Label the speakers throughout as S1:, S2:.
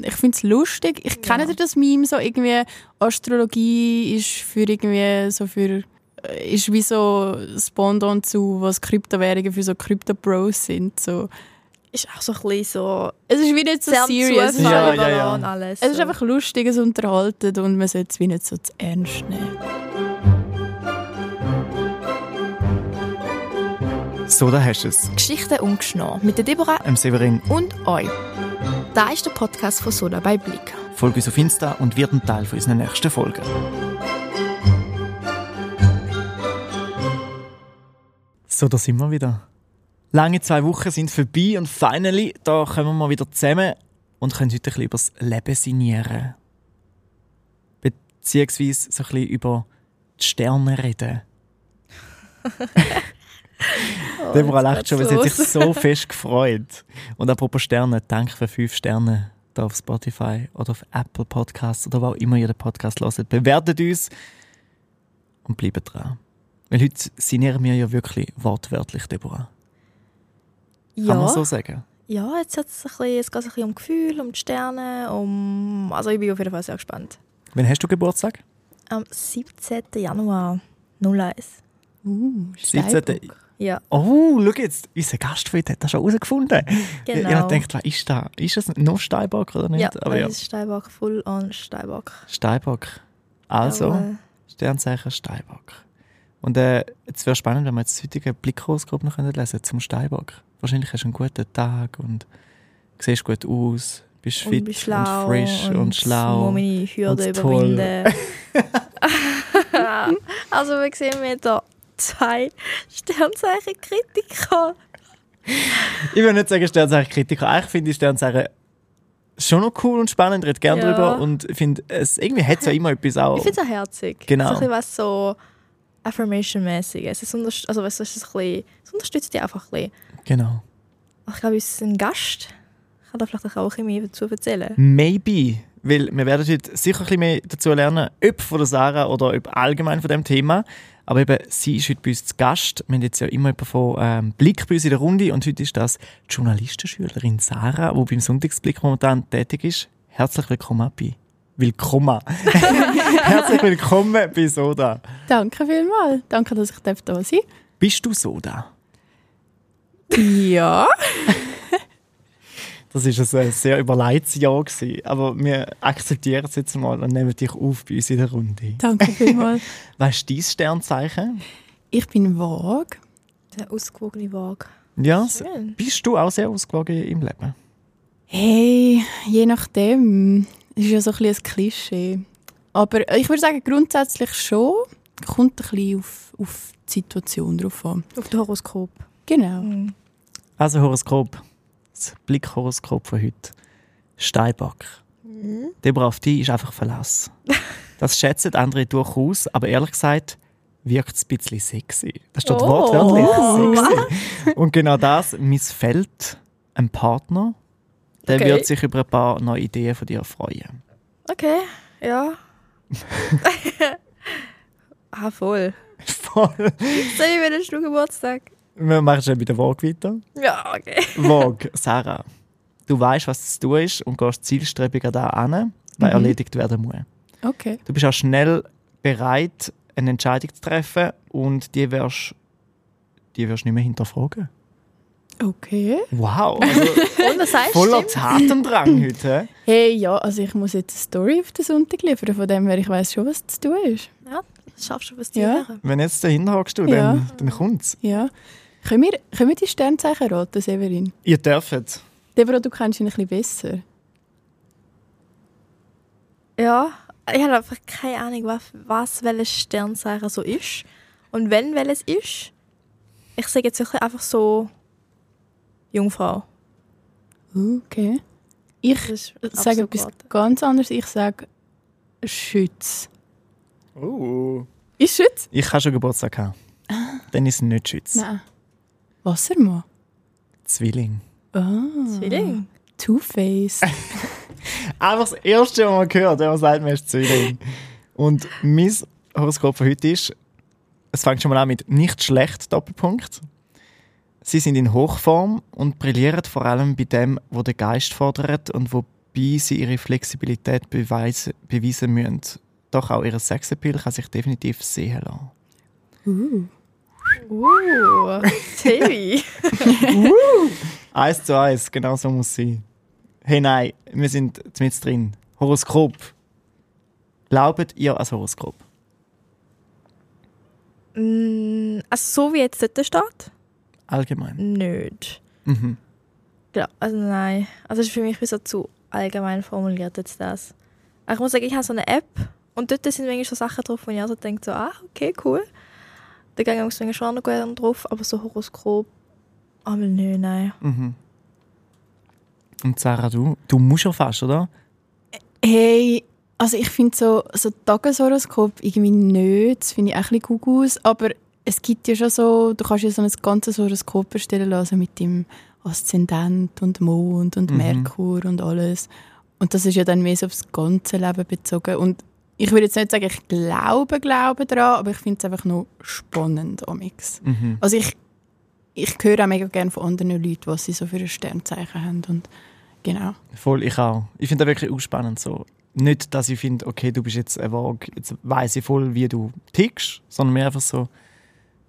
S1: ich finde es lustig. Ich kenne ja. das Meme so irgendwie, Astrologie ist für irgendwie so für äh, ist wie so das Pendant zu, was Kryptowährungen für so Krypto-Bros sind. So.
S2: Ist auch so ein bisschen so...
S1: Es ist wie nicht so
S2: sehr
S1: serious.
S2: Zufall
S3: Ja, ja, ja.
S2: und Alles,
S1: Es ist
S2: so.
S1: einfach lustig, es unterhaltet und man sollte es wie nicht so zu ernst nehmen.
S3: So, da hast du es.
S2: Geschichten umgeschnitten mit der Deborah
S3: Am Severin,
S2: und euch. Da ist der Podcast von Soda bei Blick.
S3: folge uns auf Insta und wird ein Teil von unserer nächsten Folge. So, da sind wir wieder. Lange zwei Wochen sind vorbei und finally, da kommen wir mal wieder zusammen und können heute ein bisschen über das Leben sinnieren. Beziehungsweise so ein bisschen über die Sterne reden.
S2: Oh, Ah,
S3: Deborah lacht schon, weil sie hat sich so fest gefreut. Und apropos Sterne, danke für fünf Sterne da auf Spotify oder auf Apple Podcasts oder wo auch immer ihr den Podcast hört. Bewertet uns und bleibt dran. Weil heute sinnieren wir ja wirklich wortwörtlich, Deborah. Kann man
S2: Ja,
S3: so sagen?
S2: ja jetzt, hat's ein bisschen, jetzt geht es ein bisschen um Gefühl, um die Sterne, um... Also ich bin auf jeden Fall sehr gespannt.
S3: Wann hast du Geburtstag?
S2: Am 17. Januar 01.
S1: Uh,
S3: 17.
S2: Ja,
S3: Oh, schau jetzt, unser Gast von heute hat das schon herausgefunden.
S2: genau.
S3: Ich habe gedacht, was ist das? Ist das noch Steinbock oder nicht?
S2: ja,
S3: Aber ja,
S2: das ist Steinbock, full on Steinbock.
S3: Steinbock. Also.
S2: Aber,
S3: Sternzeichen Steinbock. Und äh, es wäre spannend, wenn wir jetzt das heutige Blickhoroskop noch lesen könnten zum Steinbock. Wahrscheinlich hast du einen guten Tag und siehst gut aus, bist
S2: und
S3: fit
S2: bin schlau
S3: und frisch und, schlau.
S2: muss meine Hürde
S3: und toll.
S2: überwinden. also wir sehen wir da zwei Sternzeichen-Kritiker.
S3: Ich will nicht sagen Sternzeichen-Kritiker. Eigentlich finde ich Sternzeichen schon noch cool und spannend, rede gerne
S2: Ja.
S3: drüber und finde, es irgendwie hat es ja immer etwas auch.
S2: Ich finde es auch herzig.
S3: Oh. Genau.
S2: So ein bisschen was so Affirmation-mäßiges. Es, unterst also, weißt du, es, ist ein bisschen- es unterstützt dich einfach ein bisschen.
S3: Genau.
S2: Ich glaube, ein Gast kann da vielleicht auch ein bisschen mehr dazu erzählen.
S3: Maybe. Weil wir werden heute sicher ein bisschen mehr dazu lernen, ob von der Sarah oder ob allgemein von dem Thema. Aber eben, sie ist heute bei uns zu Gast. Wir haben jetzt ja immer jemanden von ähm, Blick bei uns in der Runde. Und heute ist das die Journalistenschülerin Sarah, die beim Sonntagsblick momentan tätig ist. Herzlich willkommen bei Willkommen. Herzlich willkommen bei Soda.
S1: Danke vielmals. Danke, dass ich da sein darf.
S3: Bist du Soda?
S1: Ja.
S3: Das war ein äh, sehr überleites Jahr. gewesen. Aber wir akzeptieren es jetzt mal und nehmen dich auf bei uns in der Runde.
S1: Danke vielmals.
S3: Was ist dein Sternzeichen?
S1: Ich bin vage.
S2: Der ausgewogene Waage.
S3: Ja,
S2: Schön.
S3: Bist du auch sehr ausgewogen im Leben?
S1: Hey, je nachdem. Das ist ja so ein bisschen ein Klischee. Aber ich würde sagen, grundsätzlich schon. Kommt ein bisschen auf, auf die Situation drauf an.
S2: Auf dem Horoskop.
S1: Genau.
S2: Mhm.
S3: Also Horoskop, das Blickhoroskop von heute. Steinbock.
S2: Mhm.
S3: Deborah, auf die ist einfach Verlass. Das schätzen andere durchaus, aber ehrlich gesagt wirkt es ein bisschen sexy. Das steht
S2: Oh.
S3: wortwörtlich
S2: Oh,
S3: sexy. Und genau das missfällt einem Partner. Der
S2: Okay.
S3: wird sich über ein paar neue Ideen von dir freuen.
S2: Okay, ja. ah, voll.
S3: Voll.
S2: Sally, wann hast du Geburtstag?
S3: Wir machen schon mit der Waage weiter.
S2: Ja, okay.
S3: Vogue, Sarah, du weißt, was zu tun ist und gehst zielstrebig an da an, weil
S1: Mhm.
S3: erledigt werden muss.
S1: Okay.
S3: Du bist auch schnell bereit, eine Entscheidung zu treffen und die wirst die wirst nicht mehr hinterfragen.
S1: Okay.
S3: Wow, also
S2: Und was heißt
S3: voller
S2: Voller
S3: Tatendrang heute.
S1: Hey, ja, also ich muss jetzt eine Story auf den Sonntag liefern, von dem her, ich weiß schon, was zu tun ist.
S2: Schaffst du was zu
S1: Ja.
S2: hören?
S3: Wenn jetzt dahinter hockst du,
S1: Ja.
S3: dann, dann kommt's.
S1: Ja. Können wir, können wir die Sternzeichen raten, Severin?
S3: Ihr dürft.
S1: Deborah, du kennst ihn ein bisschen besser.
S2: Ja, ich habe einfach keine Ahnung, was, was welches Sternzeichen so ist. Und wenn welches ist, ich sage jetzt wirklich einfach so Jungfrau.
S1: Okay. Ich
S2: Das ist
S1: sage
S2: absolut
S1: etwas
S2: geraten.
S1: ganz anderes. Ich sage Schütz.
S3: Oh.
S1: Ist Schütz?
S3: Ich habe schon Geburtstag haben. Dann ist es nicht Schütz.
S1: Ah. Nein. Wassermann.
S3: Zwilling.
S1: Ah.
S2: Zwilling.
S1: Two-Face.
S3: Einfach das erste, was man gehört, wenn man sagt, man ist Zwilling. Und mein Horoskop von heute ist, es fängt schon mal an mit nicht schlecht, Doppelpunkt. Sie sind in Hochform und brillieren vor allem bei dem, wo der Geist fordert und wo wobei sie ihre Flexibilität beweisen, beweisen müssen. Doch auch ihr Sexappeal kann sich definitiv sehen lassen.
S2: Uh, Theorie.
S3: Eins zu eins, genau so muss es sein. Hey, nein, wir sind mit drin. Horoskop. Glaubt ihr ans Horoskop?
S2: Mm, also so wie jetzt dort steht?
S3: Allgemein.
S2: Nicht.
S3: Mhm.
S2: Genau, also nein. Also ist für mich ein bisschen zu allgemein formuliert jetzt das. Aber Ich muss sagen, ich habe so eine App und dort sind manchmal so Sachen drauf, wo ich also denke, so, ah, okay, cool. Da gehen manchmal schon noch gut drauf, aber so Horoskop, aber nein, nein.
S3: Mhm. Und Sarah, du, du musst ja fast, oder?
S1: Hey, also ich finde so, so Tageshoroskop irgendwie nicht. Das finde ich auch ein bisschen Gugus. Aber es gibt ja schon so, du kannst ja so ein ganzes Horoskop erstellen lassen mit dem Aszendent und Mond und
S3: Mhm.
S1: Merkur und alles. Und das ist ja dann mehr so aufs ganze Leben bezogen. Und ich würde jetzt nicht sagen, ich glaube, glaube daran, aber ich finde es einfach noch spannend, Omix.
S3: Mhm.
S1: Also ich, ich höre auch mega gerne von anderen Leuten, was sie so für ein Sternzeichen haben. Und genau.
S3: Voll, ich auch. Ich finde das wirklich auch spannend so. Nicht, dass ich finde, okay, du bist jetzt ein Waage, jetzt weiss ich voll, wie du tickst, sondern mehr einfach so,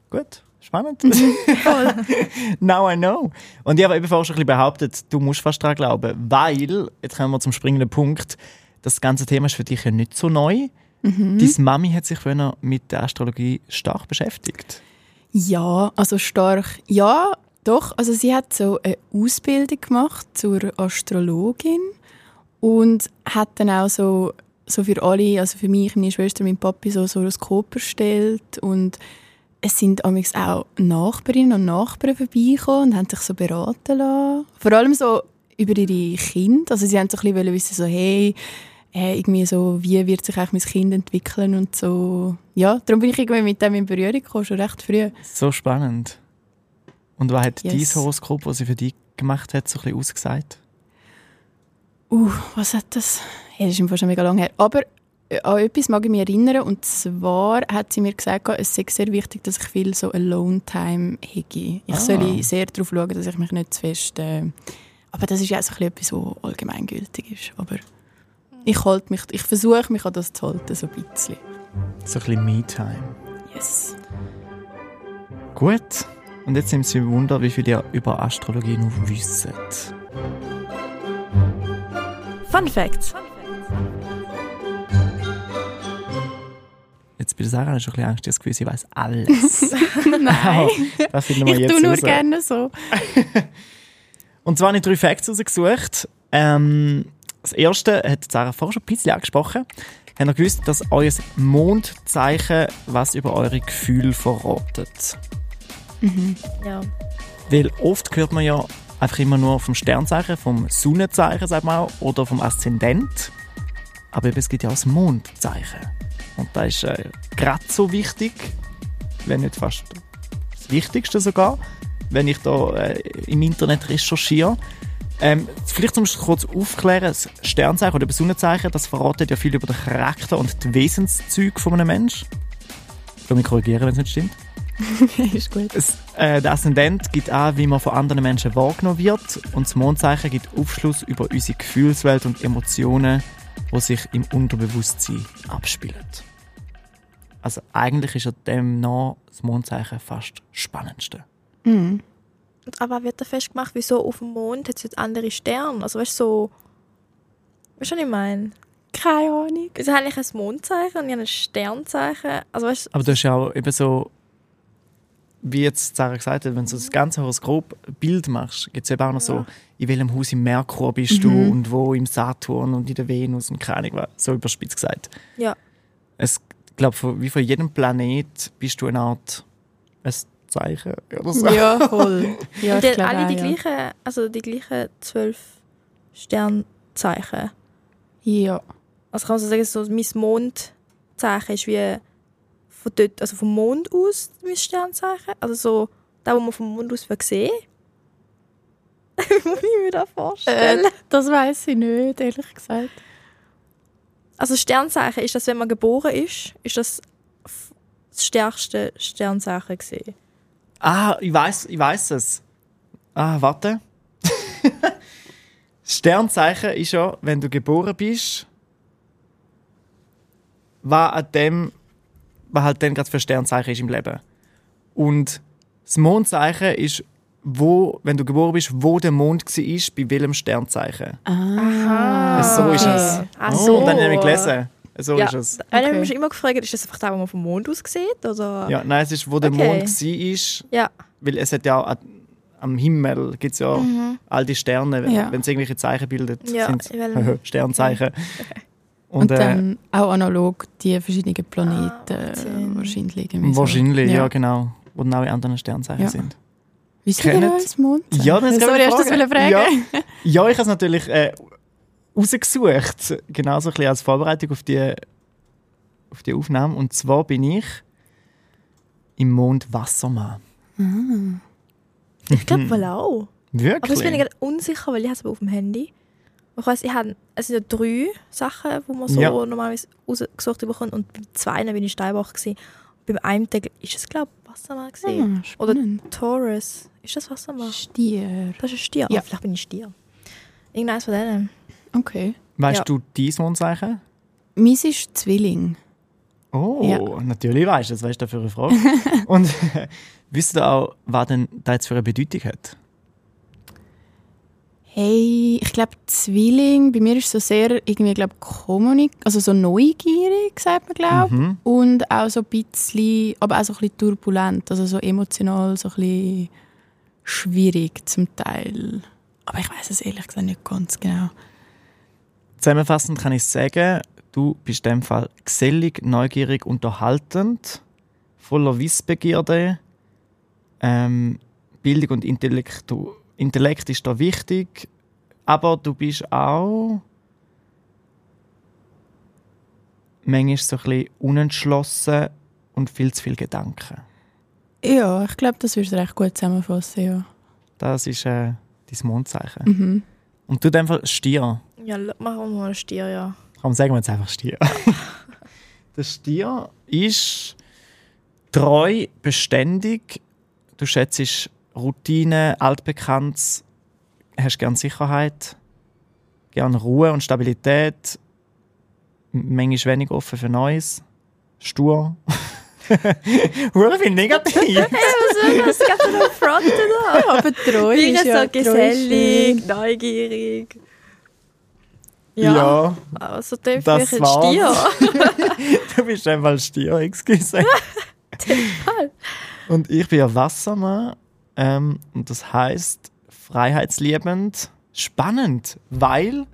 S3: gut, spannend. Now I know. Und ich habe eben vorher schon ein bisschen behauptet, du musst fast daran glauben, weil, jetzt kommen wir zum springenden Punkt, das ganze Thema ist für dich ja nicht so neu. Deine Mami hat sich früher mit der Astrologie stark beschäftigt.
S1: Ja, also stark. Ja, doch. Also sie hat so eine Ausbildung gemacht zur Astrologin und hat dann auch so, so für alle, also für mich, meine Schwester, mein Papi, so ein Horoskop erstellt und es sind amigs auch Nachbarinnen und Nachbarn vorbeigekommen und haben sich so beraten lassen. Vor allem so über ihre Kinder. Also sie haben so ein bisschen wollen wissen, so hey, äh, irgendwie so, wie wird sich eigentlich mein Kind entwickeln und so. Ja, darum bin ich irgendwie mit dem in Berührung gekommen, schon recht früh.
S3: So spannend. Und was hat
S1: Yes.
S3: dein Horoskop, das sie für dich gemacht hat, so ein bisschen ausgesagt?
S1: Uh, was hat das? Hey, das ist im Fall schon mega lange her. Aber äh, an etwas mag ich mich erinnern. Und zwar hat sie mir gesagt, es sei sehr wichtig, dass ich viel so Alone-Time hege. Ich
S3: Ah.
S1: soll sehr darauf schauen, dass ich mich nicht zu fest... Äh, aber das ist ja auch so ein bisschen etwas, was allgemeingültig ist. Aber ich, halt mich, ich versuche mich an das zu halten, so ein bisschen.
S3: So ein bisschen Me-Time.
S1: Yes.
S3: Gut. Und jetzt nimmt es mich Wunder, wie viel ihr über Astrologie noch wisst.
S2: Fun Fact.
S3: Jetzt bei der Sarah habe ich schon ein bisschen Angst, ich habe das Gefühl, sie weiß alles.
S1: Nein,
S3: das finden wir
S1: ich
S3: jetzt
S1: tue nur
S3: raus.
S1: gerne so.
S3: Und zwar habe ich drei Facts rausgesucht. Ähm, das erste hat Sarah vorher schon ein bisschen angesprochen. Habt ihr gewusst, dass euer Mondzeichen was über eure Gefühle verratet?
S2: Ja.
S3: Weil oft hört man ja einfach immer nur vom Sternzeichen, vom Sonnenzeichen, sagt man auch, oder vom Aszendent. Aber eben, es gibt ja auch das Mondzeichen. Und da ist äh, gerade so wichtig, wenn nicht fast das Wichtigste sogar, wenn ich da äh, im Internet recherchiere. Ähm, vielleicht zum Schluss kurz aufklären, das Sternzeichen oder eben Sonnenzeichen, das verratet ja viel über den Charakter und die Wesenszüge von einem Menschen. Ich kann mich korrigieren, wenn es nicht stimmt.
S1: ist gut.
S3: Es, äh, der Aszendent gibt an, wie man von anderen Menschen wahrgenommen wird und das Mondzeichen gibt Aufschluss über unsere Gefühlswelt und Emotionen, die sich im Unterbewusstsein abspielen. Also eigentlich ist ja dem nach das Mondzeichen fast das Spannendste.
S1: Mhm.
S2: Aber wird da festgemacht, wieso auf dem Mond hat es jetzt andere Sterne? Also weißt du, so... Weißt du, was ich meine?
S1: Keine Ahnung.
S2: Wieso habe ich ein Mondzeichen und ich habe ein Sternzeichen? Also weißt du,
S3: Aber du hast ja auch eben so, wie jetzt Sarah gesagt hat, wenn du das ganze Horoskop-Bild machst, gibt es eben auch noch so, in welchem Haus im Merkur bist du und wo im Saturn und in der Venus und keine Ahnung was, so überspitzt gesagt.
S2: ja.
S3: es glaube von, wie von jedem Planet bist du eine Art ein Zeichen oder so.
S1: Ja, voll. Ja,
S2: Und
S1: ich
S2: die,
S1: glaube
S2: alle die
S1: auch, ja.
S2: gleichen, also die gleichen zwölf Sternzeichen.
S1: Ja.
S2: Also kann man so sagen, so mein Mondzeichen ist wie von dort, also vom Mond aus mein Sternzeichen. Also so da, wo man vom Mond aus sehen will. Muss ich mir das vorstellen?
S1: Äh, das weiß ich nicht, ehrlich gesagt.
S2: Also Sternzeichen ist das, wenn man geboren ist, ist das f- das stärkste Sternzeichen gesehen.
S3: Ah, ich weiß, ich weiß es. Ah, warte. Sternzeichen ist ja, wenn du geboren bist, was an dem, was halt dann gerade für Sternzeichen ist im Leben. Und das Mondzeichen ist, wo, wenn du geboren bist, wo der Mond war, bei welchem Sternzeichen. Also
S2: Aha.
S3: Äh, So ist es.
S2: Ah,
S3: Oh,
S2: Ach so.
S3: Und dann habe ich gelesen. So
S2: ja.
S3: ist es.
S2: Weil ich
S1: Okay.
S2: mich immer gefragt, ist das einfach da, wo man vom Mond aus sieht? Oder?
S3: Ja, nein, es ist, wo der
S2: Okay.
S3: Mond war,
S2: ja.
S3: weil es hat ja auch an- am Himmel gibt's ja all die Sterne, wenn
S1: Ja.
S3: wenn es irgendwelche Zeichen bildet,
S2: Mhm. Ja,
S3: sind
S2: in welchem-
S3: Sternzeichen.
S1: Und,
S3: Und, äh,
S1: dann auch analog die verschiedenen Planeten
S2: Ah, macht Sinn.
S1: äh, wahrscheinlich. irgendwie so.
S3: wahrscheinlich, ja. genau, wo dann auch die anderen Sternzeichen
S1: Ja.
S3: sind.
S1: Wissen
S3: Kennt-
S1: wir uns Mond?
S3: Ja, das
S1: Sorry, hast du das wollen fragen?
S3: Ja, ja ich habe es natürlich äh, rausgesucht, genauso ein bisschen als Vorbereitung auf die, auf die Aufnahme. Und zwar bin ich im Mond Wassermann.
S2: Ich glaube wohl auch. Aber
S3: Wirklich?
S2: jetzt bin ich gerade unsicher, weil ich habe es aber auf dem Handy. Ich weiss, ich habe, es sind ja drei Sachen, die man so
S3: Ja.
S2: normalerweise rausgesucht bekommt. Und bei zwei bin ich Steinbach. Gewesen. Und beim einen Tag ist es, glaube ich, Wassermann. Gewesen.
S1: Ah,
S2: Oder
S1: spannend.
S2: Taurus. Ist das Wassermann?
S1: Stier.
S2: Das ist ein Stier.
S1: Ja.
S2: Oh, vielleicht bin ich Stier. Irgendeines von denen.
S1: Okay.
S3: Weißt
S2: Ja.
S3: du dein Mondzeichen?
S1: Meins ist Zwilling.
S3: Oh,
S1: Ja.
S3: natürlich weißt du das. Weißt du für eine Frage? Und äh, wisst ihr auch, was denn da jetzt für eine Bedeutung hat?
S1: Hey, ich glaube Zwilling, bei mir ist so sehr irgendwie glaub, kommunik, also so neugierig, sagt man glaube
S3: Mhm.
S1: und auch so ein bisschen, aber auch so ein bisschen turbulent, also so emotional, so ein bisschen schwierig zum Teil. Aber ich weiß es ehrlich gesagt nicht ganz genau.
S3: Zusammenfassend kann ich sagen, du bist in dem Fall gesellig, neugierig, unterhaltend, voller Wissbegierde. Ähm, Bildung und Intellekt, Intellekt ist da wichtig, aber du bist auch manchmal so ein bisschen unentschlossen und viel zu viel Gedanken.
S1: Ja, ich glaube, das würde es recht gut zusammenfassen, ja. Mhm.
S3: Das ist äh, dein Mondzeichen. Und du in dem Fall Stier.
S2: Ja, l- machen wir mal einen Stier, ja.
S3: Komm, sagen wir jetzt einfach Stier. der Stier ist treu, beständig. Du schätzt Routine, Altbekanntes, hast gern Sicherheit, gern Ruhe und Stabilität, M- manchmal wenig offen für Neues, stur. Hure viel negativ.
S2: Was geht denn auf Front da?
S1: Aber treu
S2: Ich
S1: ist
S2: bin
S1: ja
S2: so gesellig, neugierig. Also,
S3: ja.
S2: Aber so tief wie
S3: Das
S2: ich ein
S3: war's.
S2: Stier.
S3: Du bist einmal Stier, excuse. und ich bin ja Wassermann. Ähm, und das heißt freiheitsliebend, spannend, weil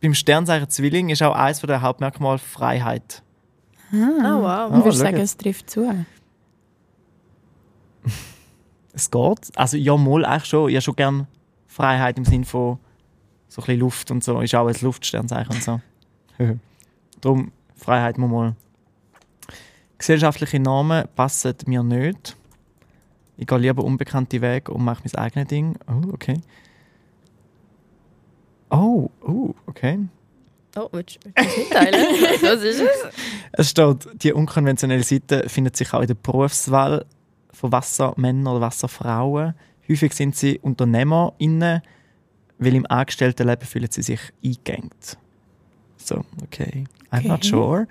S3: beim Sternzeichen Zwilling ist auch eines der Hauptmerkmale Freiheit.
S2: Oh, wow.
S1: Und
S3: Ah,
S1: würde
S3: schau
S1: sagen,
S3: jetzt.
S1: es trifft zu.
S3: Es geht. Also, ja, mal eigentlich schon. Ich habe schon gern Freiheit im Sinne von so ein bisschen Luft und so. Ist auch ein Luftsternzeichen und so. Darum, Freiheit muss mal. Gesellschaftliche Normen passen mir nicht. Ich gehe lieber unbekannte Wege und mache mein eigenes Ding. Oh, okay. Oh, oh, okay.
S2: Oh, willst du das mitteilen? Was ist es?
S3: Es steht, die unkonventionelle Seite findet sich auch in der Berufswahl von Wassermännern oder Wasserfrauen. Häufig sind sie UnternehmerInnen, weil im Angestelltenleben fühlen sie sich eingegangt. So, okay. I'm not
S1: Okay.
S3: sure.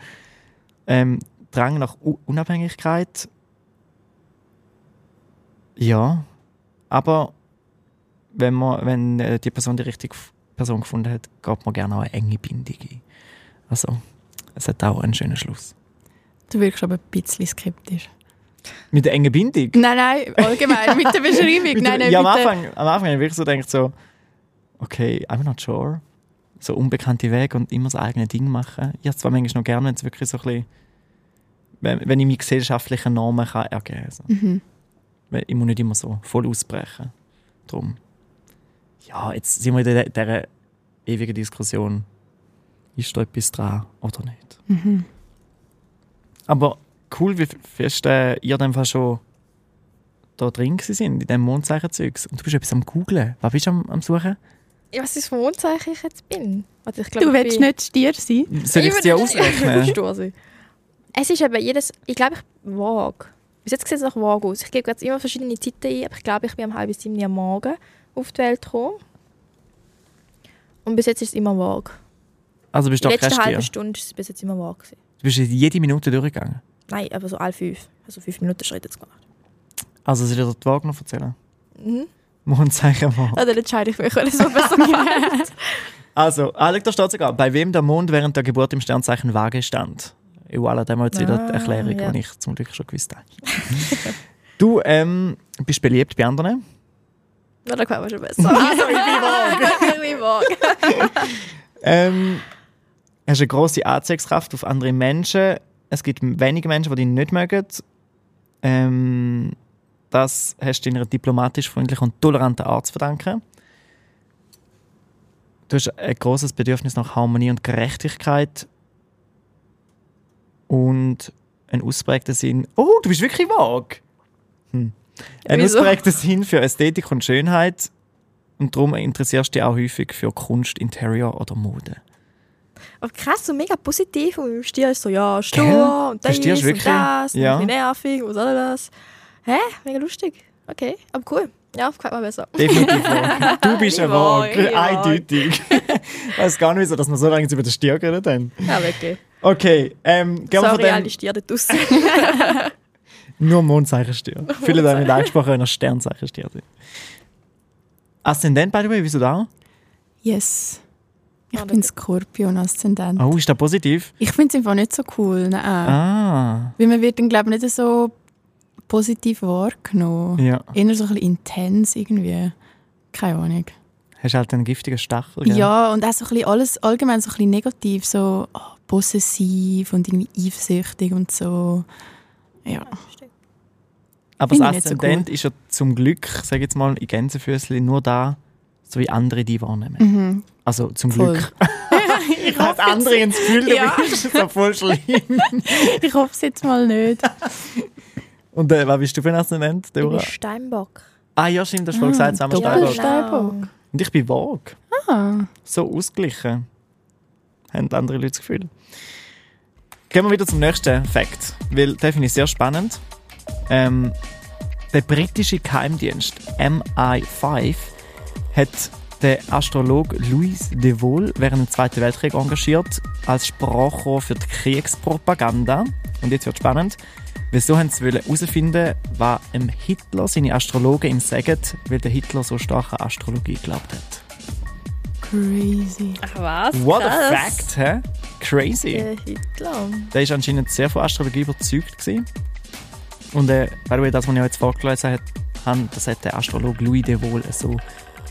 S3: Ähm, Drang nach U Unabhängigkeit. Ja. Aber wenn, man, wenn äh, die Person die richtige F- Person gefunden hat, geht man gerne auch eine enge Bindung ein. Also, es hat auch einen schönen Schluss.
S1: Du wirkst aber ein bisschen skeptisch.
S3: Mit der engen Bindung?
S1: Nein, nein, allgemein, mit der Beschreibung.
S3: Mit
S1: nein, nein,
S3: der, ja, am
S1: mit der-
S3: Anfang, am Anfang habe ich wirklich so gedacht, so, okay, I'm not sure. So unbekannte Wege und immer das eigene Ding machen. Ich habe es zwar manchmal noch gerne, wenn es wirklich so ein bisschen, wenn, wenn ich meine gesellschaftlichen Normen kann ergeben kann. So.
S1: Mhm.
S3: Weil Ich muss nicht immer so voll ausbrechen. Drum. Ja, jetzt sind wir in der- dieser ewigen Diskussion. Ist da etwas dran oder nicht?
S1: Mhm.
S3: Aber cool, wie fest äh, ihr in dem Fall schon da drin gewesen sind, in diesem Mondzeichen-Zeugs. Und du bist etwas am Googlen. Was bist du am, am Suchen?
S2: Ja, was ist für Mondzeichen ich jetzt bin? Warte, ich glaub,
S1: Du
S2: ich
S1: willst
S2: bin-
S1: nicht Stier sein?
S3: Soll ich es dir
S2: würd-
S3: ausrechnen?
S2: Stur sein. also. Es ist eben jedes. Ich glaube, ich bin vage. Bis jetzt sieht es nach vage aus. Ich gebe jetzt immer verschiedene Zeiten ein, aber ich glaube, ich bin um halb sieben am Morgen auf die Welt gekommen. Und bis jetzt ist es immer vage.
S3: Also bist
S2: Die
S3: du auch
S2: letzte halbe
S3: Christian.
S2: Stunde ist es bis jetzt immer vage. gewesen.
S3: Du bist jede Minute durchgegangen.
S2: Nein, aber so alle fünf. Also fünf Minuten Schritt jetzt gemacht.
S3: Also soll ich dir die Waage noch erzählen?
S2: Mhm.
S3: Mondzeichen mal.
S2: Ah, dann entscheide ich mich, weil ich so besser mache.
S3: Also, Alex, da steht sogar, bei wem der Mond während der Geburt im Sternzeichen Waage stand. Voilà, da haben wir jetzt wieder die
S2: Ah,
S3: Erklärung,
S2: ja.
S3: die ich zum Glück schon gewusst habe. du ähm, bist beliebt bei anderen.
S2: Na, da gefällt mir schon besser. Also, ich bin vage. ich bin vage.
S3: Ähm, hast eine grosse Anziehungskraft auf andere Menschen. Es gibt wenige Menschen, die dich nicht mögen. Ähm, das hast du deiner diplomatisch freundlichen und toleranten Art zu verdanken. Du hast ein großes Bedürfnis nach Harmonie und Gerechtigkeit. Und einen ausprägten Sinn. Oh, du bist wirklich vage! Hm. Einen
S2: Wieso?
S3: ausprägten Sinn für Ästhetik und Schönheit. Und darum interessierst du dich auch häufig für Kunst, Interior oder Mode.
S2: Aber krass, so mega positiv und im Stier ist so, ja, stur
S3: Gell?
S2: und
S3: Der
S2: das
S3: Stier ist wirklich-
S2: und das
S3: ja.
S2: und ein bisschen nervig und was soll das. Hä? Mega lustig. Okay, aber cool. Ja, gefällt mir besser.
S3: Definitiv Vogue. Du bist ein
S2: Ich mag,
S3: Vogue.
S2: ich mag.
S3: Eindeutig. Ich weiß gar nicht, wieso, dass wir so lange jetzt über den Stier geredet haben.
S2: Ja, wirklich.
S3: Okay, ähm, gehen wir von
S2: Sorry, alle
S3: dem
S2: Stiere da draussen.
S3: nur Mondzeichenstier. Viele haben nicht angesprochen, wenn er Sternzeichenstier sind. Aszendent, by the way, wieso da?
S1: Yes. Ich
S2: Ah,
S1: bin
S2: das-
S1: Skorpion Aszendent.
S3: Oh, ist das positiv?
S1: Ich finde es einfach nicht so cool. Nein.
S3: Ah,
S1: Weil man wird dann, glaube ich, nicht so positiv wahrgenommen.
S3: ja.
S1: Eher so ein bisschen intens irgendwie. Keine Ahnung.
S3: Hast halt einen giftigen Stachel.
S1: Ja,
S3: gell?
S1: und auch so ein bisschen alles allgemein so ein bisschen negativ. So oh, possessiv und irgendwie eifersüchtig und so. Ja.
S3: Aber das
S1: Finde ich nicht so
S3: Aszendent ist ja zum Glück, sage ich jetzt mal, in Gänsefüßchen nur da, so wie andere die wahrnehmen.
S1: Mhm.
S3: Also zum
S1: Voll.
S3: Glück. ich habe andere ins Gefühl, du
S1: Ja.
S3: bist so voll schlimm.
S1: Ich hoffe es jetzt mal nicht.
S3: Und äh, was bist du für ein Aszendent,
S2: Ich bin
S3: Deborah?
S2: Steinbock.
S3: Ah ja, stimmt, das hast du vorhin gesagt, zusammen
S1: Doppel-
S3: Steinbock.
S1: Steinbock.
S3: Und ich bin vage.
S1: Ah,
S3: So ausgeglichen. Haben andere Leute das Gefühl. Gehen wir wieder zum nächsten Fakt, weil den finde ich sehr spannend. Ähm, der britische Geheimdienst MI5 hat den Astrolog Louis de Waal während dem Zweiten Weltkrieg engagiert als Sprachrohr für die Kriegspropaganda. Und jetzt wird spannend. Wieso haben sie wollen herausfinden, was dem Hitler seine Astrologen ihm sagen, weil der Hitler so stark an Astrologie geglaubt hat?
S1: crazy.
S2: Ach was?
S3: What a fact, hä? Crazy.
S2: Der Hitler.
S3: Der ist anscheinend sehr von Astrologie überzeugt gewesen. Und äh, by the way, das, was ich euch jetzt vorgelesen habe, das hat der Astrolog Louis de Waal so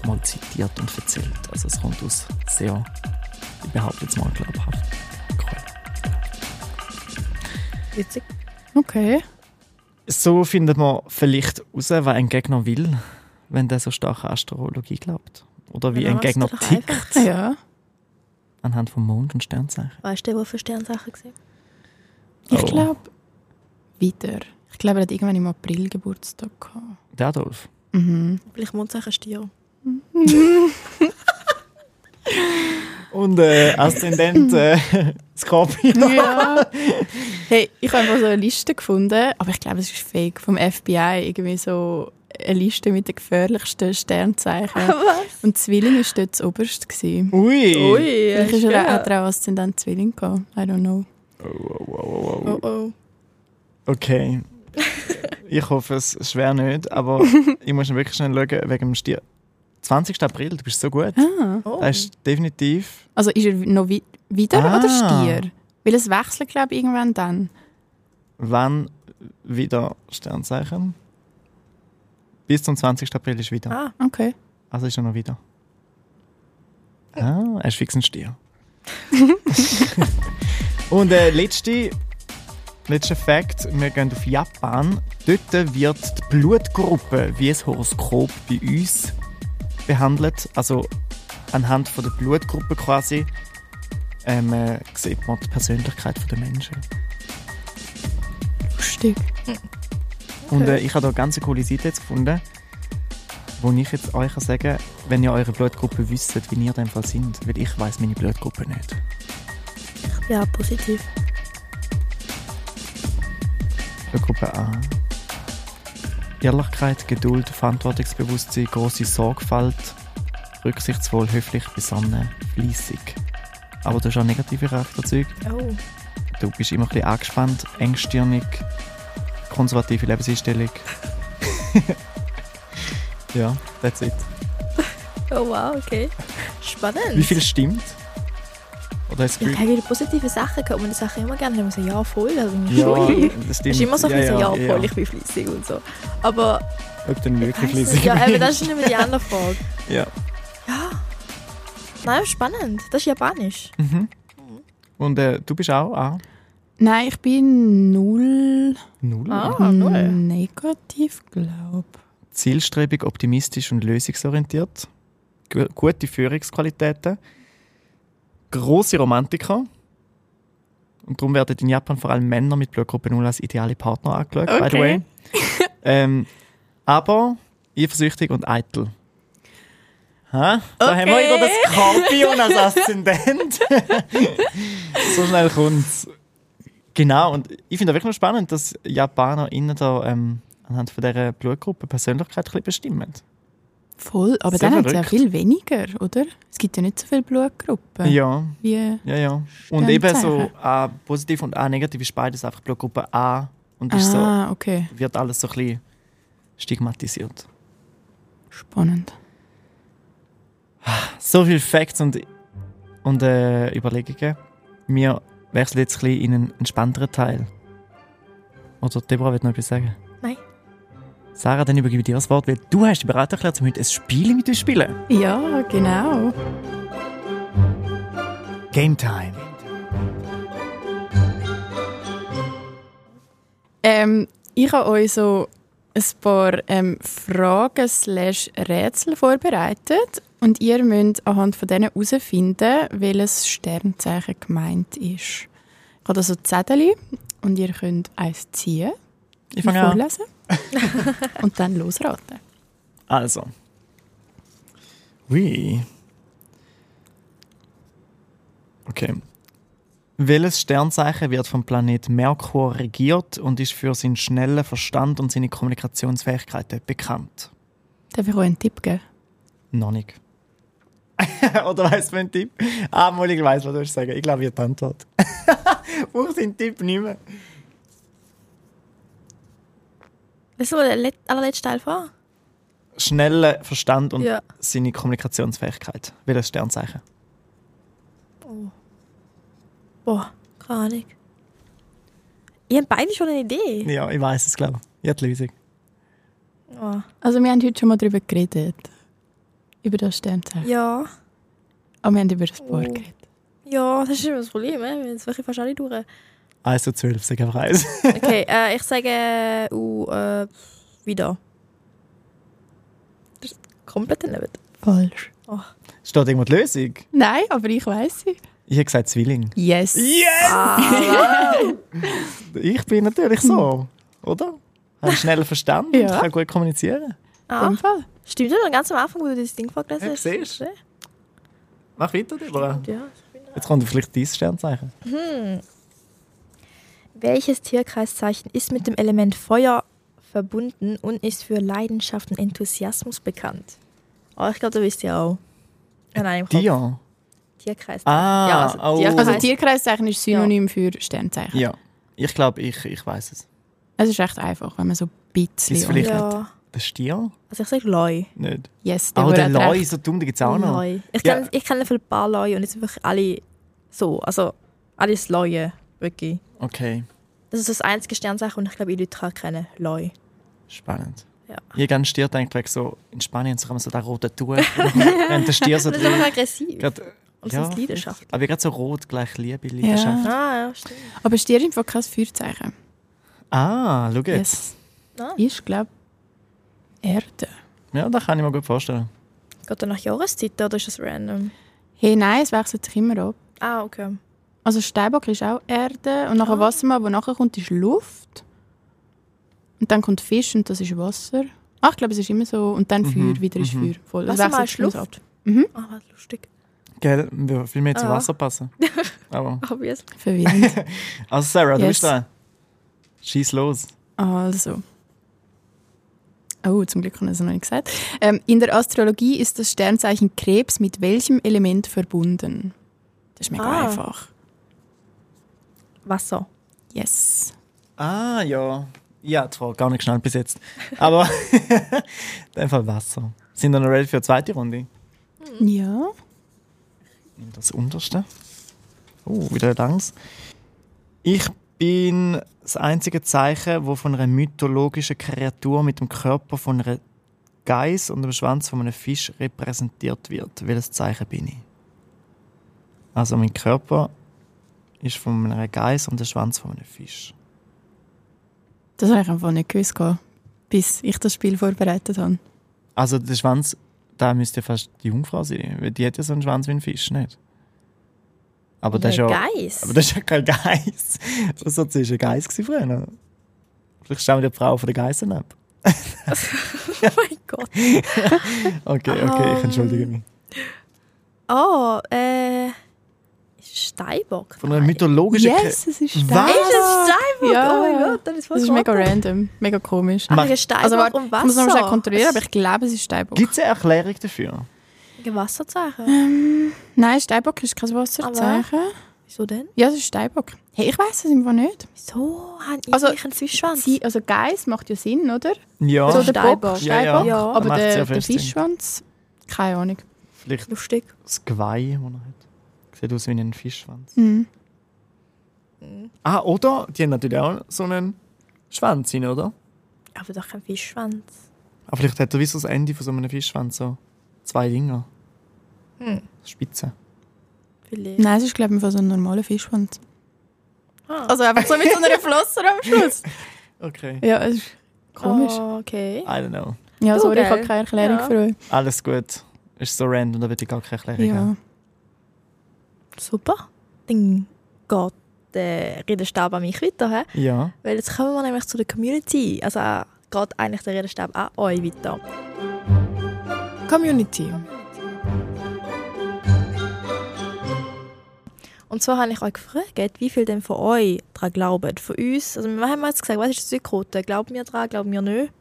S3: mal zitiert und erzählt. Also es kommt aus sehr, ich behaupte jetzt mal, glaubhaft. Cool.
S2: Witzig.
S1: Okay.
S3: So findet man vielleicht raus, was ein Gegner will, wenn der so stark an Astrologie glaubt. Oder wie
S2: Ja,
S3: ein
S2: das ist
S3: Gegner
S2: doch
S3: tickt
S2: einfach.
S1: Ja.
S3: anhand von Mond und Sternzeichen.
S2: Weißt du, der, der für Sternsachen gesehen
S1: Ich
S3: Oh.
S1: glaube, weiter. Ich glaube, er hat irgendwann im April Geburtstag gehabt.
S3: Der Adolf.
S1: Mhm.
S2: Vielleicht Mondsachen Stier.
S3: Und äh, Aszendent äh, Skorpion.
S1: Ja. hey, ich habe einfach so eine Liste gefunden, aber ich glaube, es ist fake. Vom FBI irgendwie so eine Liste mit den gefährlichsten Sternzeichen.
S2: Was?
S1: Und Zwilling war dort das oberste. Gewesen.
S3: Ui.
S2: Ui,
S1: Vielleicht ist er, hat
S2: ja.
S1: er auch Aszendent Zwilling gehabt. I don't know.
S3: Oh, oh, oh, oh,
S2: Oh oh.
S3: oh. Okay. ich hoffe es schwer nicht, aber ich muss wirklich schnell schauen wegen dem Stier. 20. April, du bist so gut.
S1: Ah.
S2: oh.
S3: Das ist definitiv.
S1: Also ist er noch wi- wieder
S3: Ah.
S1: oder Stier? Weil es wechselt, glaube ich, irgendwann dann.
S3: Wann wieder Sternzeichen? Bis zum 20. April ist wieder.
S2: Ah,
S1: Okay.
S3: Also ist er noch wieder. Ah, er ist fix ein Stier. Und äh, letzte, letzter Fakt, wir gehen auf Japan. Dort wird die Blutgruppe wie ein Horoskop bei uns behandelt. Also anhand von der Blutgruppe quasi ähm, äh, sieht man die Persönlichkeit der Menschen.
S1: Lustig.
S3: Und äh, ich habe da eine ganz coole Seite jetzt gefunden, wo ich jetzt euch kann sagen kann, wenn ihr eure Blutgruppe wisst, wie ihr in dem Fall sind. Weil ich weiß meine Blutgruppe nicht.
S2: ja, positiv.
S3: Blutgruppe A. Ehrlichkeit, Geduld, Verantwortungsbewusstsein, große Sorgfalt, rücksichtsvoll, höflich, besonnen, fleissig. Aber du hast auch negative Charakterzüge.
S2: Oh.
S3: Du bist immer ein bisschen angespannt, engstirnig, konservative Lebenseinstellung. ja, that's it.
S2: Oh wow, okay. Spannend.
S3: Wie viel stimmt? Oder hast du
S2: Ich
S3: das
S2: habe wieder positive Sachen gehabt und die Sachen immer gerne haben wir so, ja, voll. Also, voll.
S3: Gefühl? das stimmt.
S2: Ist immer so ein bisschen, ja, voll,
S3: ja.
S2: ich bin fleissig und so. Aber,
S3: Ob du wirklich
S2: weiss nicht,
S3: leisig
S2: ja, aber
S3: bist.
S2: das ist nicht mehr die andere Frage.
S3: Ja.
S2: Ja. Nein, spannend. Das ist japanisch.
S3: Mhm. Und äh, du bist auch A?
S1: Nein, ich bin null
S3: Null.
S2: Ah, null.
S1: negativ, glaube
S3: Zielstrebig, optimistisch und lösungsorientiert. Gu- Gute Führungsqualitäten. Große Romantiker. Und darum werden in Japan vor allem Männer mit Blutgruppe 0 als ideale Partner angeschaut, by the
S1: Okay.
S3: way. ähm, aber eifersüchtig und eitel. Ha? Da haben wir
S1: Okay.
S3: wieder das Skorpion als Aszendent. so schnell kommt's. Genau, und ich finde wirklich noch spannend, dass JapanerInnen da ähm, anhand von dieser Blutgruppe Persönlichkeit ein bisschen bestimmen.
S1: Voll, aber
S3: Sehr
S1: dann haben sie ja
S3: verrückt.
S1: viel weniger, oder? Es gibt ja nicht so viele Blutgruppen.
S3: Ja,
S1: Wie,
S3: ja, ja. Und eben so
S1: Sternzeichen.
S3: A positiv und A negativ ist beides einfach Blutgruppe A und ist
S1: ah, okay,
S3: so, wird alles so ein bisschen stigmatisiert.
S1: spannend.
S3: So viele Facts und, und äh, Überlegungen. Wir wechseln jetzt ein bisschen in einen entspannteren Teil. Oder Deborah wird noch etwas sagen.
S2: Nein.
S3: Sarah, dann übergebe ich dir das Wort, weil du hast dich bereit erklärt, um heute ein Spiel mit uns zu spielen.
S1: Ja, genau.
S3: Game Time.
S1: Ähm, ich habe euch so ein paar ähm, Fragen slash Rätsel vorbereitet und ihr müsst anhand von denen herausfinden, welches Sternzeichen gemeint ist. Ich habe da so Zettel und ihr könnt eins ziehen,
S3: Ich
S1: und
S3: fange an.
S1: vorlesen und dann losraten.
S3: Also. Ui. Okay. Welches Sternzeichen wird vom Planet Merkur regiert und ist für seinen schnellen Verstand und seine Kommunikationsfähigkeiten bekannt?
S1: Darf ich euch einen Tipp geben?
S3: Noch nicht. Oder weißt du meinen Tipp? Ah, mal, ich weiß, was du willst sagen. Ich glaube, ich habe die Antwort. Brauchst den Tipp nicht mehr.
S2: Lass mal den let- allerletzten Teil vor.
S3: Schneller Verstand und
S2: Ja.
S3: seine Kommunikationsfähigkeit. Welches Sternzeichen?
S2: Boah, keine Ahnung. Ihr habt beide schon eine Idee.
S3: Ja, ich weiß es, glaube ich. Ich habe die Lösung.
S2: Oh.
S1: Also wir haben heute schon mal darüber geredet. Über das Sternzeichen.
S2: Ja.
S1: Aber wir haben über das Paar
S2: Oh.
S1: geredet.
S2: Ja, das ist immer das Problem, eh? wir sind wirklich fast alle durch.
S3: 1 zu 12, sag einfach 1.
S2: Okay, äh, ich sage äh, uh, äh, wieder. Das ist komplett daneben.
S1: Falsch.
S3: Steht irgendwo die Lösung?
S1: Nein, aber ich weiß sie.
S3: Ich habe gesagt Zwilling.
S1: Yes.
S3: Yes! ich bin natürlich so, oder? Habe schnellen Verstand und
S1: Ja.
S3: kann gut kommunizieren.
S1: In
S2: Ah,
S1: dem Fall.
S2: stimmt ja, ganz am Anfang, wo du das Ding vorgelesen
S3: Ja,
S2: hast.
S3: siehst du? Mach weiter, Deborah.
S2: Ja.
S3: Jetzt kommt vielleicht dein Sternzeichen.
S2: Welches Tierkreiszeichen ist mit dem Element Feuer verbunden und ist für Leidenschaft und Enthusiasmus bekannt? Oh, ich glaube, du wisst ja auch. Ja, nein, im Kopf.
S3: Dion.
S2: Tierkreiszeichen.
S3: Ah,
S2: ja, also
S3: oh.
S1: Also
S2: Tierkreis.
S1: Tierkreiszeichen ist synonym für Sternzeichen.
S3: Ja. Ich glaube, ich, ich weiß es.
S1: Es ist recht einfach, wenn man so ein bisschen...
S3: Ist vielleicht-
S2: ja.
S3: Der Stier?
S2: Also ich sage Leu.
S3: Nicht.
S1: um Yes,
S3: Aber oh, der
S1: Deborah hat
S3: Leu,
S1: recht.
S3: so dumm, den gibt es auch noch.
S2: Leu. Ich
S3: Ja.
S2: kenne ich kenn ein paar Leu und jetzt sind wirklich alle so. Also alles Leue, wirklich.
S3: Okay,
S2: Das ist das einzige Sternzeichen, das ich glaube, ich Leute kann kennen. Leu.
S3: spannend.
S2: Ja.
S3: Hier ganz Stier denkt, weg so in Spanien so kann man so da rote tun. Wenn der Stier so
S2: Das ist einfach
S3: drin.
S2: aggressiv.
S3: Gerade,
S2: Und
S3: ja,
S2: sonst Leidenschaft.
S3: aber gerade so rot gleich Liebe, Leidenschaft.
S2: Ah, ja, stimmt.
S1: Aber Stier ist im Fall kein Feuerzeichen.
S3: Ah, schau jetzt.
S1: Yes.
S2: Ah.
S1: Ist, glaube ich, Erde.
S3: Ja, das kann ich mir gut vorstellen.
S2: Geht da nach Jahreszeiten oder ist das random?
S1: Hey, nein, es wechselt sich immer ab.
S2: Ah, okay.
S1: Also Steinbock ist auch Erde und
S2: Ah.
S1: nachher Wassermann, wo nachher kommt, ist Luft. Und dann kommt Fisch und das ist Wasser. Ach, ich glaube, es ist immer so. Und
S3: Mhm,
S1: dann Feuer, wieder ist Feuer. Voll.
S2: Was
S1: Es
S2: Also mal
S1: wechselt
S2: ist
S1: sich halt. immer
S2: Luft?
S1: so ab.
S2: Mhm. Ah, was lustig.
S3: Gell, wir viel mehr zu
S2: Ah.
S3: Wasser passen. Aber.
S1: Ah,
S2: Obvious.
S1: Verwirrend.
S3: Also, Sarah, du
S1: Yes.
S3: bist da. Schieß los.
S1: also, Oh, zum Glück haben wir es noch nicht gesagt. Ähm, in der Astrologie ist das Sternzeichen Krebs mit welchem Element verbunden? Das ist mega
S2: Ah.
S1: einfach.
S2: Wasser.
S1: Yes.
S3: Ah, ja. Ja, zwar gar nicht schnell bis jetzt. Aber in dem Fall Wasser. Sind wir noch ready für die zweite Runde?
S2: Hm.
S1: Ja.
S3: Nimm das unterste. Oh, wieder Angst. Ich bin das einzige Zeichen, wo von einer mythologischen Kreatur mit dem Körper von einer Geiß und dem Schwanz von einem Fisch repräsentiert wird. Welches Zeichen bin ich? Also mein Körper ist von einer Geiß und der Schwanz von einem Fisch.
S1: Das habe ich einfach nicht gewusst, gehabt, bis ich das Spiel vorbereitet habe.
S3: Also der Schwanz, da müsste fast die Jungfrau sein, weil die hat ja so einen Schwanz wie ein Fisch, nicht? Aber das ist ja...
S2: Geist.
S3: Aber das ist ja kein Geiss. Was war ein Geiss gewesen früher? Vielleicht stammt die Frau von den Geissen ab.
S2: oh mein Gott.
S3: Okay, okay, ich entschuldige mich.
S2: Oh, äh. Ist es Steinbock?
S3: Von einer mythologischen
S1: Yes, es ist Stein.
S3: Was?
S2: Ist es Steinbock?
S1: Ah, Ja.
S2: Oh mein Gott, das ist voll
S1: Das ist mega
S2: verrückt.
S1: random, mega komisch.
S3: Ah,
S2: Ach, ist Steinbock
S1: also warte,
S2: und
S1: ich muss
S2: um Wasser.
S1: noch mal schnell kontrollieren, aber ich glaube, es ist Steinbock.
S3: Gibt es eine Erklärung dafür?
S2: Ein Wasserzeichen.
S1: Ähm, Nein, Steinbock ist kein Wasserzeichen.
S2: Wieso denn?
S1: Ja, es ist Steinbock. Hey, ich weiß es einfach nicht.
S2: Wieso haben
S1: Also,
S2: also, ich einen Zwischenschwanz?
S1: Sie, also Geiss macht ja Sinn, oder?
S3: Ja,
S1: Also der
S2: Steinbock.
S1: Bock,
S3: Ja, ja.
S1: Steinbock.
S2: Ja.
S3: Da
S1: Aber
S3: macht's
S1: der,
S3: ja
S1: der
S3: fest Sinn.
S1: Fischschwanz? Keine Ahnung.
S3: vielleicht
S2: Lustig.
S3: das Geweih, das er hat. Sieht aus wie ein Fischschwanz.
S1: Mhm.
S3: Ah, oder? Die haben natürlich auch so einen Schwanz hin, oder?
S2: Aber doch kein Fischschwanz.
S3: Aber vielleicht hat er wie so das Ende von so einem Fischschwanz so zwei Dinger.
S2: Hm.
S3: Spitze.
S2: Vielleicht.
S1: Nein, es ist, glaube ich, einfach so ein normaler Fischschwanz.
S2: Ah.
S1: Also einfach so mit so einer Flosser am Schluss.
S3: Okay.
S1: Ja, es ist komisch.
S2: Oh, okay.
S3: I don't know.
S1: Ja,
S2: Du,
S1: sorry, ich
S2: gell?
S1: habe keine Erklärung
S2: Ja.
S1: für euch.
S3: Alles gut. Ist so random, da will ich gar keine Erklärung haben.
S1: Ja.
S2: Super. Dann geht der Redestab an mich weiter. He?
S3: Ja.
S2: Weil jetzt kommen wir nämlich zu der Community. Also äh, geht eigentlich der Redestab an euch weiter.
S4: Community.
S2: Und zwar habe ich euch gefragt, wie viel denn von euch daran glauben. Von uns, also wir haben jetzt gesagt, was ist die Quote? Glauben wir daran, glauben wir nicht?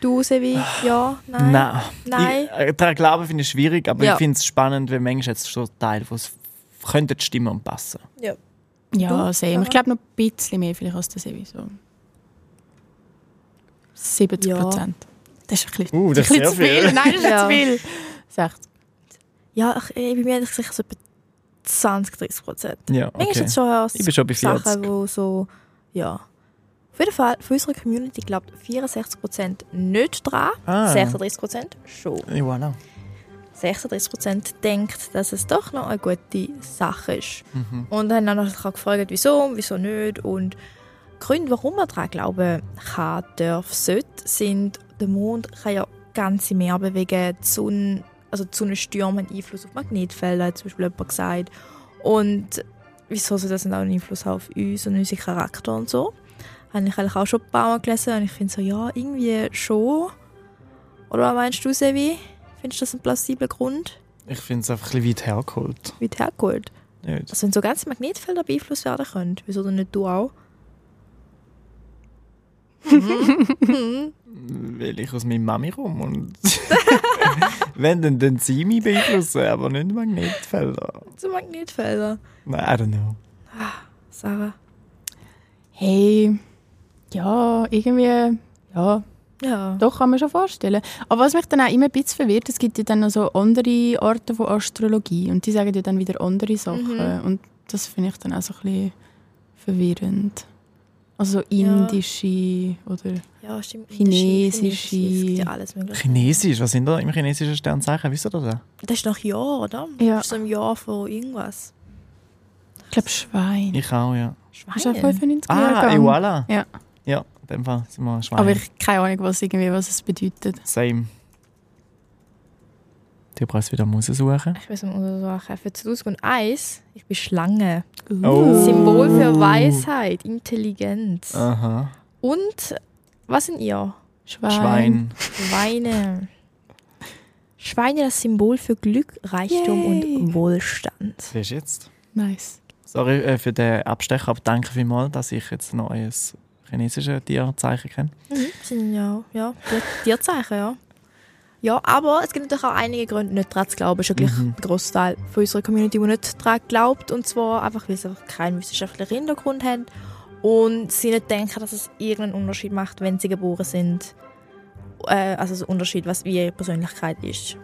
S2: Du, Sevi, ja, nein?
S3: Nein.
S2: Nein.
S3: Ich, äh, daran glauben finde ich schwierig, aber
S2: Ja.
S3: ich finde es spannend, wenn manchmal jetzt schon Teile, wo es könnte stimmen und passen.
S1: Ja,
S2: Du,
S1: same.
S2: Sarah?
S1: Ich glaube noch ein bisschen mehr, vielleicht als das irgendwie so. 70 Prozent. Das ist ein bisschen,
S3: Uh, das
S1: ein
S3: ist
S1: bisschen zu
S3: sehr viel.
S1: viel. Nein, das ist
S2: Ja.
S1: zu viel. 60.
S2: Ja, ich, ich, bei mir hätte ich sicher so etwa 20, 30 Prozent.
S3: Ja,
S2: Manchmal ist
S3: okay.
S2: jetzt schon
S3: Ich bin schon bei 40.
S2: Sachen, wo so, ja. Auf jeden Fall, von unserer Community glaubt 64% nicht dran,
S3: Ah.
S2: 36% schon.
S3: Ja, Voilà.
S2: 36% denkt, dass es doch noch eine gute Sache ist. Und dann haben wir noch gefragt, wieso, wieso nicht. Und die Gründe, warum man daran glauben kann, darf, sollte, sind, der Mond kann ja ganze Meer bewegen, die Sonne, also die Sonnenstürme haben Einfluss auf Magnetfelder, hat zum Beispiel jemand gesagt. Und wieso soll das nicht auch einen Einfluss haben auf uns und unseren Charakter und so. Habe ich eigentlich auch schon ein paar Mal gelesen und ich finde so, ja, irgendwie schon. Oder was meinst du, Sevi? Findest du das einen plausiblen Grund?
S3: Ich finde es einfach ein bisschen weit hergeholt.
S2: Wie hergeholt?
S3: Nicht.
S2: Also wenn so ganze Magnetfelder beeinflusst werden können, wieso denn nicht du auch?
S3: Weil ich aus meiner Mami komme und... wenn, dann, dann sie mich beeinflussen, aber nicht Magnetfelder.
S2: So Magnetfelder.
S3: Nein, I don't know.
S2: Sarah.
S1: Hey, ja, irgendwie, ja,
S2: Ja.
S1: doch kann man schon vorstellen. Aber was mich dann auch immer ein bisschen verwirrt, es gibt ja dann noch so andere Arten von Astrologie und die sagen ja dann wieder andere Sachen und das finde ich dann auch so ein bisschen verwirrend. Also so indische oder...
S2: Ja, stimmt.
S1: Chinesische.
S2: Chinesisch, Es gibt ja alles mögliche.
S3: Chinesisch, was sind da im chinesischen Sternzeichen? Wisst ihr das? denn?
S2: Das ist nach Jahr, oder?
S1: Ja.
S2: Das ist so im Jahr von irgendwas.
S1: Ich glaube Schwein.
S3: Ich auch, ja.
S1: Hast du auch
S2: Schwein.
S1: 95
S3: Ah,
S1: Jahre
S3: Iwala.
S1: Ja.
S3: Ja, in dem Fall sind wir Schwein.
S1: Aber ich keine Ahnung, was, irgendwie, was es bedeutet.
S3: Same. Du brauchst wieder Musik suchen.
S2: Ich weiß nicht, was ich Für 2001, ich bin Schlange.
S3: Oh. Ah.
S2: Symbol für Weisheit, Intelligenz.
S3: Aha.
S2: Und was sind ihr?
S1: Schwein.
S3: Schwein.
S2: Schweine. Schweine, das Symbol für Glück, Reichtum
S1: Yay.
S2: und Wohlstand.
S3: Siehst du jetzt?
S1: Nice.
S3: Sorry äh, für den Abstecher, aber danke vielmals, dass ich jetzt noch ein chinesischen Tierzeichen kennen.
S2: Mhm. Sind ja, ja, Tier- Tierzeichen, ja. Ja, aber es gibt natürlich auch einige Gründe, nicht daran zu glauben. Ist ja gleich ein Großteil von unserer Community, die nicht daran glaubt. Und zwar einfach, weil sie einfach keinen wissenschaftlichen Hintergrund haben und sie nicht denken, dass es irgendeinen Unterschied macht, wenn sie geboren sind. Äh, also so Unterschied, was wie ihre Persönlichkeit ist,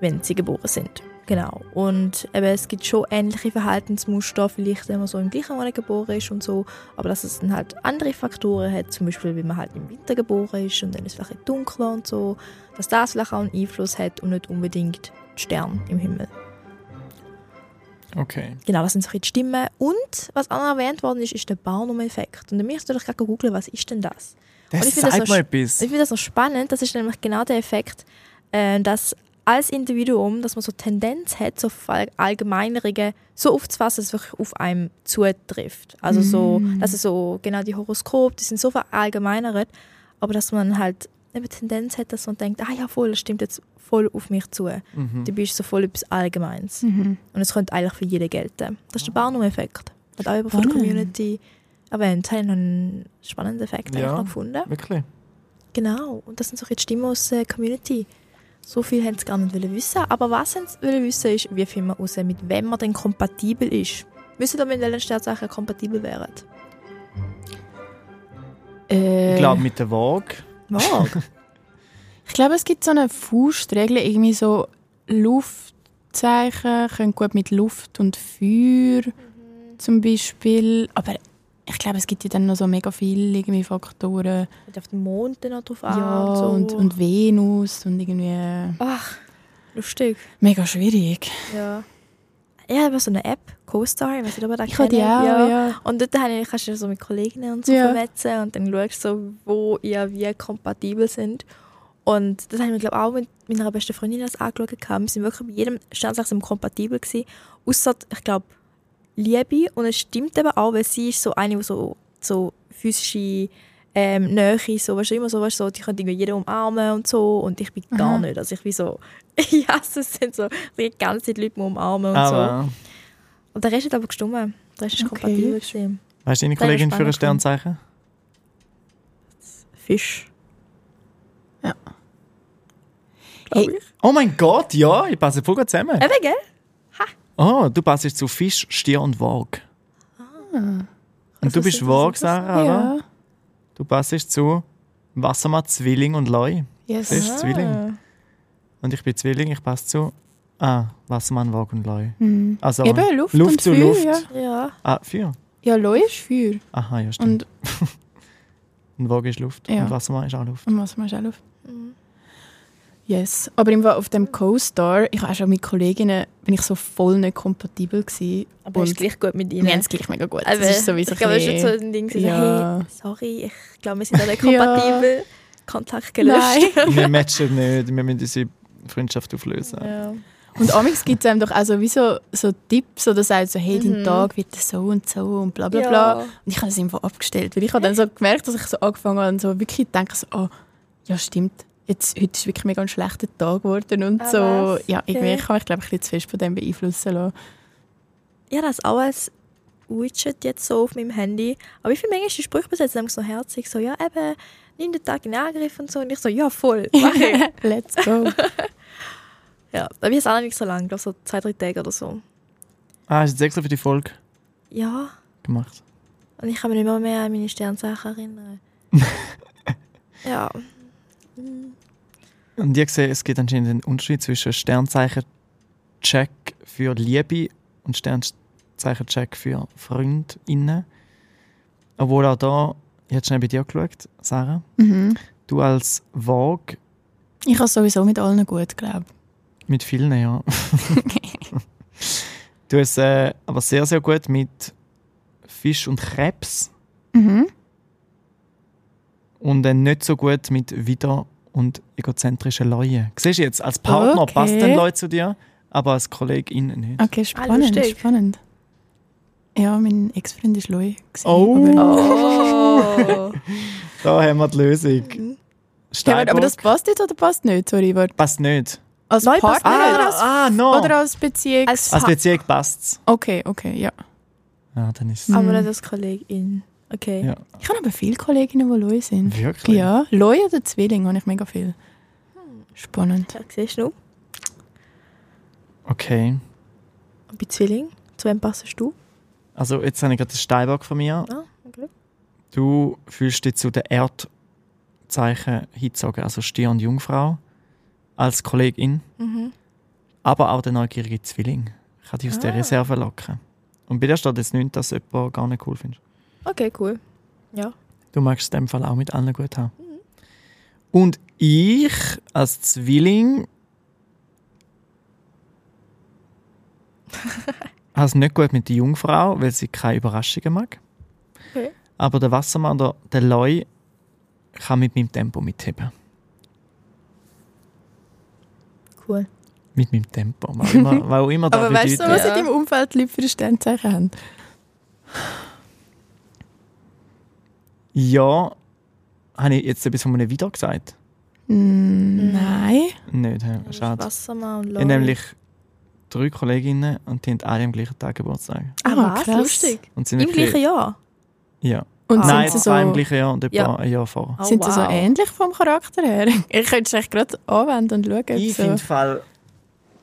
S2: wenn sie geboren sind. Genau. Und eben, es gibt schon ähnliche Verhaltensmuster, vielleicht wenn man so im gleichen Monat geboren ist und so, aber dass es dann halt andere Faktoren hat, zum Beispiel, wenn man halt im Winter geboren ist und dann ist es vielleicht dunkler und so, dass das vielleicht auch einen Einfluss hat und nicht unbedingt die Sterne im Himmel.
S3: Okay.
S2: Genau, das sind solche Stimmen. Und was auch noch erwähnt worden ist, ist der Barnum-Effekt. Und dann möchte ich gerade googeln, was ist denn das? Und ich
S3: Das
S2: finde das
S3: sagt
S2: so
S3: mir
S2: sch-
S3: etwas.
S2: Ich finde das noch spannend, das ist nämlich genau der Effekt, äh, dass als Individuum, dass man so Tendenz hat, so all- Allgemeinerungen so aufzufassen, dass es wirklich auf einem zutrifft. Also so, dass es so, genau die Horoskope, die sind so verallgemeinert, aber dass man halt eine Tendenz hat, dass man denkt, ah ja voll, das stimmt jetzt voll auf mich zu.
S3: Mhm.
S2: Dabei ist es so voll etwas Allgemeines.
S1: Mm.
S2: Und es könnte eigentlich für jeden gelten. Das ist der Barnum-Effekt. Hat auch jemand von der
S1: Spannend.
S2: Community erwähnt. Habe ich noch einen spannenden Effekt eigentlich
S3: Ja.
S2: noch gefunden.
S3: Wirklich?
S2: Genau, und das sind so jetzt Stimmen aus der Community. So viel haben sie gar nicht wollen wissen. Aber was sie wollen wissen, ist, wie viel man raus, mit wem man denn kompatibel ist. Wissen ihr, mit welchen Sternzeichen kompatibel wären?
S1: Äh,
S2: Äh,
S3: Ich glaube, mit der Waage.
S2: Wow.
S1: Ich glaube, es gibt so eine Faustregel, irgendwie so Luftzeichen können gut mit Luft und Feuer zum Beispiel. Aber ich glaube, es gibt ja dann noch so mega viele irgendwie Faktoren.
S2: Kommt auf den Mond dann noch drauf an.
S1: ja,
S2: und, so.
S1: und, und Venus und irgendwie... äh,
S2: Ach, lustig.
S1: Mega schwierig.
S2: Ja. Ich habe so eine App, CoStar, ich weiß nicht, ob ihr das
S1: Ich würde
S2: kennt.
S1: ja, ja.
S2: Und dort habe ich- kannst du so mit Kolleginnen und so
S1: Ja.
S2: vernetzen und dann schaust du, so, wo ihr wie kompatibel sind. Und das habe ich mir, glaube ich, auch mit meiner besten Freundin das angeschaut. gehabt. Wir sind wirklich bei jedem Sternzeichen sind wir kompatibel gewesen. Außer, ich glaube, Liebe. Und es stimmt eben auch, weil sie ist so eine, die so, so physische ähm, Nähe, so, weißt du, immer so, weißt du, so, die können irgendwie jeden umarmen und so. Und ich bin gar
S1: Aha.
S2: nicht. Also ich bin so, ich hasse es, sind so, die ganze Zeit Leute die umarmen und so.
S3: Aber,
S2: Und der Rest hat aber gestummen. Der Rest ist
S1: Ah, Okay.
S2: kompatibel gewesen.
S3: weißt du, deine
S2: Das ist
S3: Kollegin für ein
S2: spannend.
S3: Sternzeichen?
S2: Fisch.
S1: Ja.
S2: Glaub
S1: Hey.
S2: ich.
S3: Oh mein Gott, ja, ich passe voll gut zusammen.
S2: Eben, gell?
S3: Oh, du passt zu Fisch, Stier und Waage.
S1: Ah. Also
S3: Und du
S2: das
S3: bist
S2: sind-
S3: Waage,
S2: das sind das-
S3: Sarah, oder? Du passt zu Wassermann, Zwilling und Leu.
S1: Yes.
S3: Das ist Zwilling.
S2: Ah.
S3: Und ich bin Zwilling, ich passe zu ah, Wassermann, Waage und Leu.
S1: Mhm.
S3: Also
S1: Eben, Luft, und
S3: zu
S1: Feuer,
S3: Luft.
S1: ja.
S2: Ja.
S3: Ah, Feuer.
S1: Ja, Leu ist Feuer.
S3: Aha, ja, stimmt.
S1: Und,
S3: Und, Waage ist Luft.
S1: Ja.
S3: Und Wassermann ist auch Luft.
S1: und was machst du auch Luft?
S2: Mhm.
S1: Yes. Aber im Fall auf dem Co-Star, ich war schon mit Kolleginnen, bin ich so voll nicht kompatibel gewesen.
S2: Aber ist gleich gut mit ihnen.
S1: Wir haben es gleich mega gut.
S2: Aber
S1: das ist sowieso
S2: ich glaube, es ist
S1: ein
S2: schon so ein Ding, so,
S1: Ja.
S2: hey, sorry, ich glaube, wir sind alle
S1: Ja.
S2: kompatibel. Kontakt gelöscht.
S1: Nein.
S3: Wir matchen nicht, wir müssen unsere Freundschaft auflösen.
S2: Ja.
S1: Und amigs gibt es einem doch auch so, wie so, so Tipps oder sagt so, hey, dein
S2: Mhm.
S1: Tag wird so und so und bla bla bla. Und ich habe das einfach abgestellt, weil ich habe dann so gemerkt, dass ich so angefangen habe und so wirklich denke so, oh, ja stimmt, jetzt, heute ist wirklich mega ein schlechter Tag geworden und
S2: Ah,
S1: so.
S2: was?
S1: Ja, irgendwie,
S2: Okay.
S1: ich habe mich glaube ich ein bisschen zu fest von dem beeinflussen lassen.
S2: Ich habe das auch als Widget jetzt so auf meinem Handy. Aber ich finde manchmal die Sprüche besetzt einfach so herzig, so, ja eben, nimm den Tag in Angriff und so. Und ich so, ja voll, mach ich.
S1: Let's go.
S2: ja, aber ich habe es auch noch nicht so lange, ich glaube so zwei, drei Tage oder so.
S3: Ah, hast du jetzt extra für die Folge
S2: Ja,
S3: gemacht?
S2: Und ich kann mich nicht mehr, mehr an meine Sternzeichen erinnern. ja.
S3: Und ich sehe, es gibt anscheinend einen Unterschied zwischen Sternzeichen-Check für Liebe und Sternzeichen-Check für FreundInnen. Obwohl auch da, ich habe schnell bei dir geschaut, Sarah,
S1: mhm.
S3: du als Waage
S1: Ich habe sowieso mit allen gut, glaube
S3: mit vielen, ja. du hast äh, aber sehr, sehr gut mit Fisch und Krebs
S1: ich. Mhm.
S3: und dann nicht so gut mit Wider- und egozentrischen Leuten. Siehst du jetzt, als Partner
S1: Okay.
S3: passt den Leute zu dir, aber als Kollegin nicht.
S1: Okay, spannend,
S2: lustig.
S1: spannend. Ja, mein Ex-Freund war Leu. gewesen,
S3: Oh.
S1: aber-
S2: Oh.
S3: Da haben wir die Lösung.
S1: Ja, aber-
S3: Steinbock
S1: aber das passt jetzt oder passt nicht? Sorry, warte.
S3: passt nicht.
S1: Als
S2: Neu passt
S1: Partner
S2: nicht.
S1: oder als,
S3: ah, no.
S1: oder Ah. als Beziehung?
S2: Als
S3: Als Beziehung passt es.
S1: okay, okay, ja.
S3: Ja, dann ist
S1: Ah, Mhm.
S2: Aber nicht als Kollegin. Okay.
S3: Ja.
S1: Ich habe aber viele Kolleginnen, die Loi sind.
S3: Wirklich?
S1: Ja, Loi oder Zwilling habe ich mega viel. Spannend.
S2: Ja, siehst du?
S3: Okay.
S2: Und bei Zwilling, zu wem passest du?
S3: Also jetzt habe ich gerade den Steinbock von mir.
S2: Ah, okay.
S3: Du fühlst dich zu den Erdzeichen hingezogen, also Stier und Jungfrau, als Kollegin,
S2: Mhm.
S3: aber auch der neugierige Zwilling. Ich kann dich aus der
S2: Ah.
S3: Reserve locken. Und bei dir steht jetzt nicht, dass du jemanden gar nicht cool findest.
S2: Okay, cool. Ja.
S3: Du magst es in dem Fall auch mit allen gut haben. Und ich als Zwilling habe es nicht gut mit der Jungfrau, weil sie keine Überraschungen mag.
S2: Okay.
S3: Aber der Wassermann oder der Leu kann mit meinem Tempo mitheben.
S2: Cool.
S3: Mit meinem Tempo. Was auch immer, was auch immer das
S1: Aber weißt du, was
S3: bedeutet.
S2: Ja.
S1: in deinem Umfeld die Leute für Sternzeichen haben?
S3: Ja, habe ich jetzt etwas von einem Wieder gesagt?
S1: Mm, Nein.
S3: Nicht, hä? schade.
S2: Wassermann und
S3: Ich
S2: Lori.
S3: habe nämlich drei Kolleginnen und die haben alle am gleichen Tag Geburtstag.
S2: Ah,
S1: Ah,
S2: was?
S1: krass.
S2: Lustig.
S3: Und sind
S2: Im
S3: wirklich-
S2: gleichen Jahr?
S3: Ja.
S1: Und
S2: Ah.
S3: Nein,
S1: sind sie so,
S3: zwei im gleichen Jahr und etwa
S2: Ja.
S3: ein Jahr vorher.
S2: Oh,
S1: sind sie so
S2: wow.
S1: ähnlich vom Charakter her? Ich könnte es echt gerade anwenden und schauen. ob so.
S3: Fall.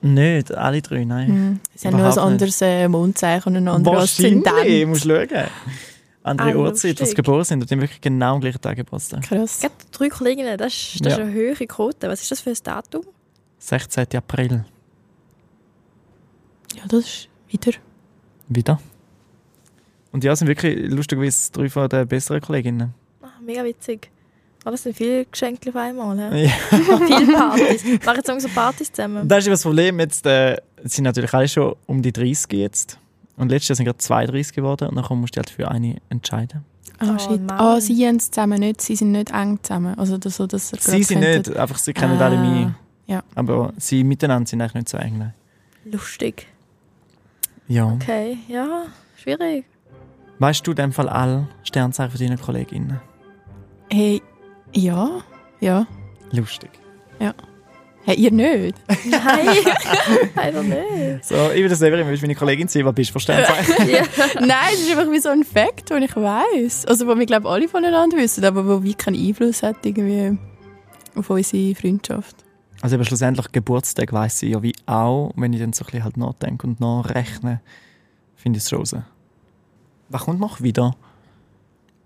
S3: Nicht, alle drei, nein.
S1: Hm. Sie haben nur ein
S3: Überhaupt nicht.
S1: anderes äh, Mondzeichen und ein anderes
S3: Wahrscheinlich, musst
S1: Aszendent.
S3: du schauen. Andere
S2: Ah,
S3: Uhrzeit, dass sie
S2: lustig.
S3: geboren sind und die haben wirklich genau am gleichen Tag Geburtstag.
S1: Krass.
S2: Gerade drei Kolleginnen, das ist, das
S3: Ja.
S2: ist eine höhere Quote. Was ist das für ein Datum?
S3: 16. April.
S1: Ja, das ist wieder.
S3: Wieder. Und ja, sind wirklich lustigerweise drei von den besseren Kolleginnen.
S2: Ah, mega witzig. Ah, das sind viele Geschenke auf einmal. hä?
S3: Ja.
S2: viele Partys. Machen jetzt auch so Partys zusammen.
S3: Das ist eben das Problem. Jetzt äh, sind natürlich alle schon um die 30 jetzt. Und letztes Jahr sind gerade 32 geworden und dann musst du dich halt für eine entscheiden.
S1: Ah,
S2: Oh,
S1: shit.
S2: Mann.
S1: Ah, sie haben es zusammen nicht. Sie sind nicht eng zusammen. Also, das, so, dass ihr
S3: Sie
S1: gerade
S3: sind
S1: könntet-
S3: nicht, einfach sie kennen alle
S1: Ah,
S3: mich.
S1: ja.
S3: Aber sie miteinander sind eigentlich nicht so eng. nein.
S2: Lustig.
S3: Ja.
S2: Okay, ja, schwierig.
S3: Weißt du in dem Fall alle Sternzeichen von deinen Kolleginnen?
S1: Hey, ja. Ja.
S3: Lustig.
S1: Hey, ihr nicht?
S2: Nein, einfach nicht.
S3: So, ich würde selber immer meine Kollegin sein, was bist du für Sternzeichen?
S2: Ja.
S1: Nein, das ist einfach wie so ein Fakt, den ich weiß. Also, den wir, glaube ich, alle voneinander wissen, aber wo wie keinen Einfluss hat irgendwie auf unsere Freundschaft.
S3: also eben schlussendlich Geburtstag weiss ich ja wie auch, wenn ich dann so ein bisschen halt nachdenke und nachrechne, finde ich es schon raus. Was kommt noch wieder?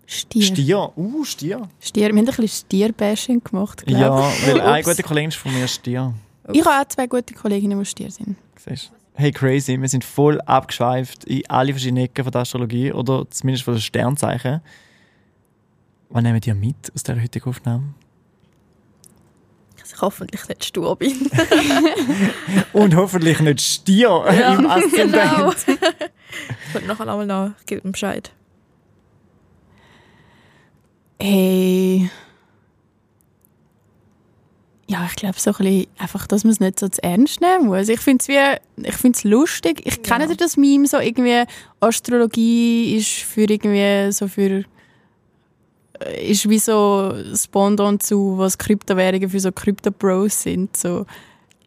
S1: Stier. Stier.
S3: Stier. Uh, Stier.
S1: Wir haben ein bisschen Stierbashing gemacht, glaube ich.
S3: Ja, weil
S1: Ups.
S3: eine gute Kollegin ist von mir Stier.
S1: Ich habe auch zwei gute Kolleginnen, die Stier sind.
S3: Siehst du? Hey, crazy, wir sind voll abgeschweift in alle verschiedenen Ecken von der Astrologie oder zumindest von den Sternzeichen. Was nehmen die mit aus dieser heutigen Aufnahme?
S2: Dass ich hoffentlich nicht stur bin.
S3: Und hoffentlich nicht Stier im Aszendent.
S2: Genau. Ich würde nachher einmal nach, ich gebe ihm Bescheid.
S1: Hey. Ja, ich glaube so ein bisschen, einfach, dass man es nicht so zu ernst nehmen muss. Ich finde es wie, ich find's lustig. Ich kenne ja. das Meme so irgendwie, Astrologie ist für irgendwie so für, äh, ist wie so das Pendant zu, was Kryptowährungen für so Krypto-Bros sind. So.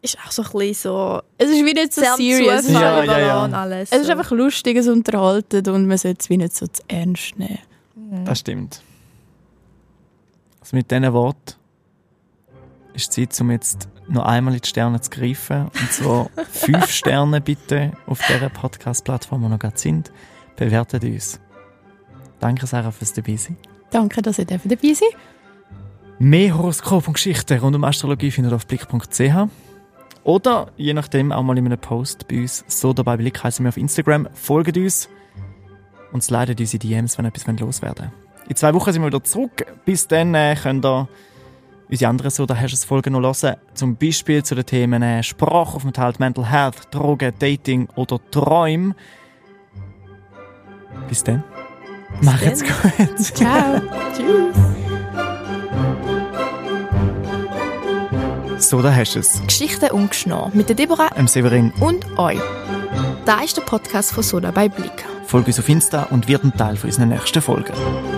S2: Ist auch so ein bisschen so
S1: Es ist wie nicht so
S2: sehr am
S1: serious.
S2: Zufall
S3: Ja, ja,
S2: überlassen
S3: ja.
S2: und alles.
S1: Es ist
S2: so.
S1: einfach lustig, es unterhaltet und man sollte es wie nicht so zu ernst nehmen.
S3: Das stimmt. Also mit diesen Worten ist es Zeit, um jetzt noch einmal in die Sterne zu greifen. Und zwar fünf Sterne bitte auf dieser Podcast-Plattform, wo wir noch gerade sind. Bewertet uns. Danke, Sarah, fürs dabei sein.
S1: Danke, dass ihr dabei seid.
S3: Mehr Horoskop und Geschichten rund um Astrologie findet ihr auf blick.ch. Oder je nachdem auch mal in einem Post bei uns. So dabei Blick heißen wir auf Instagram. Folgt uns und slidet uns in die DMs, wenn ihr etwas loswerden wollt. In zwei Wochen sind wir wieder zurück. Bis dann äh, könnt ihr unsere anderen so hast Folgen noch hören. Zum Beispiel zu den Themen äh, Sprachaufenthalt, Mental Health, Drogen, Dating oder Träume. Bis dann. Macht's gut.
S1: Ciao.
S2: Tschüss.
S3: So, da hast du es.
S4: Geschichten umgeschnarrt mit der Deborah
S3: Am Severin
S4: und euch. Da ist der Podcast von Soda bei Blick.
S3: Folge uns auf Insta und wird ein Teil von unseren nächsten Folgen.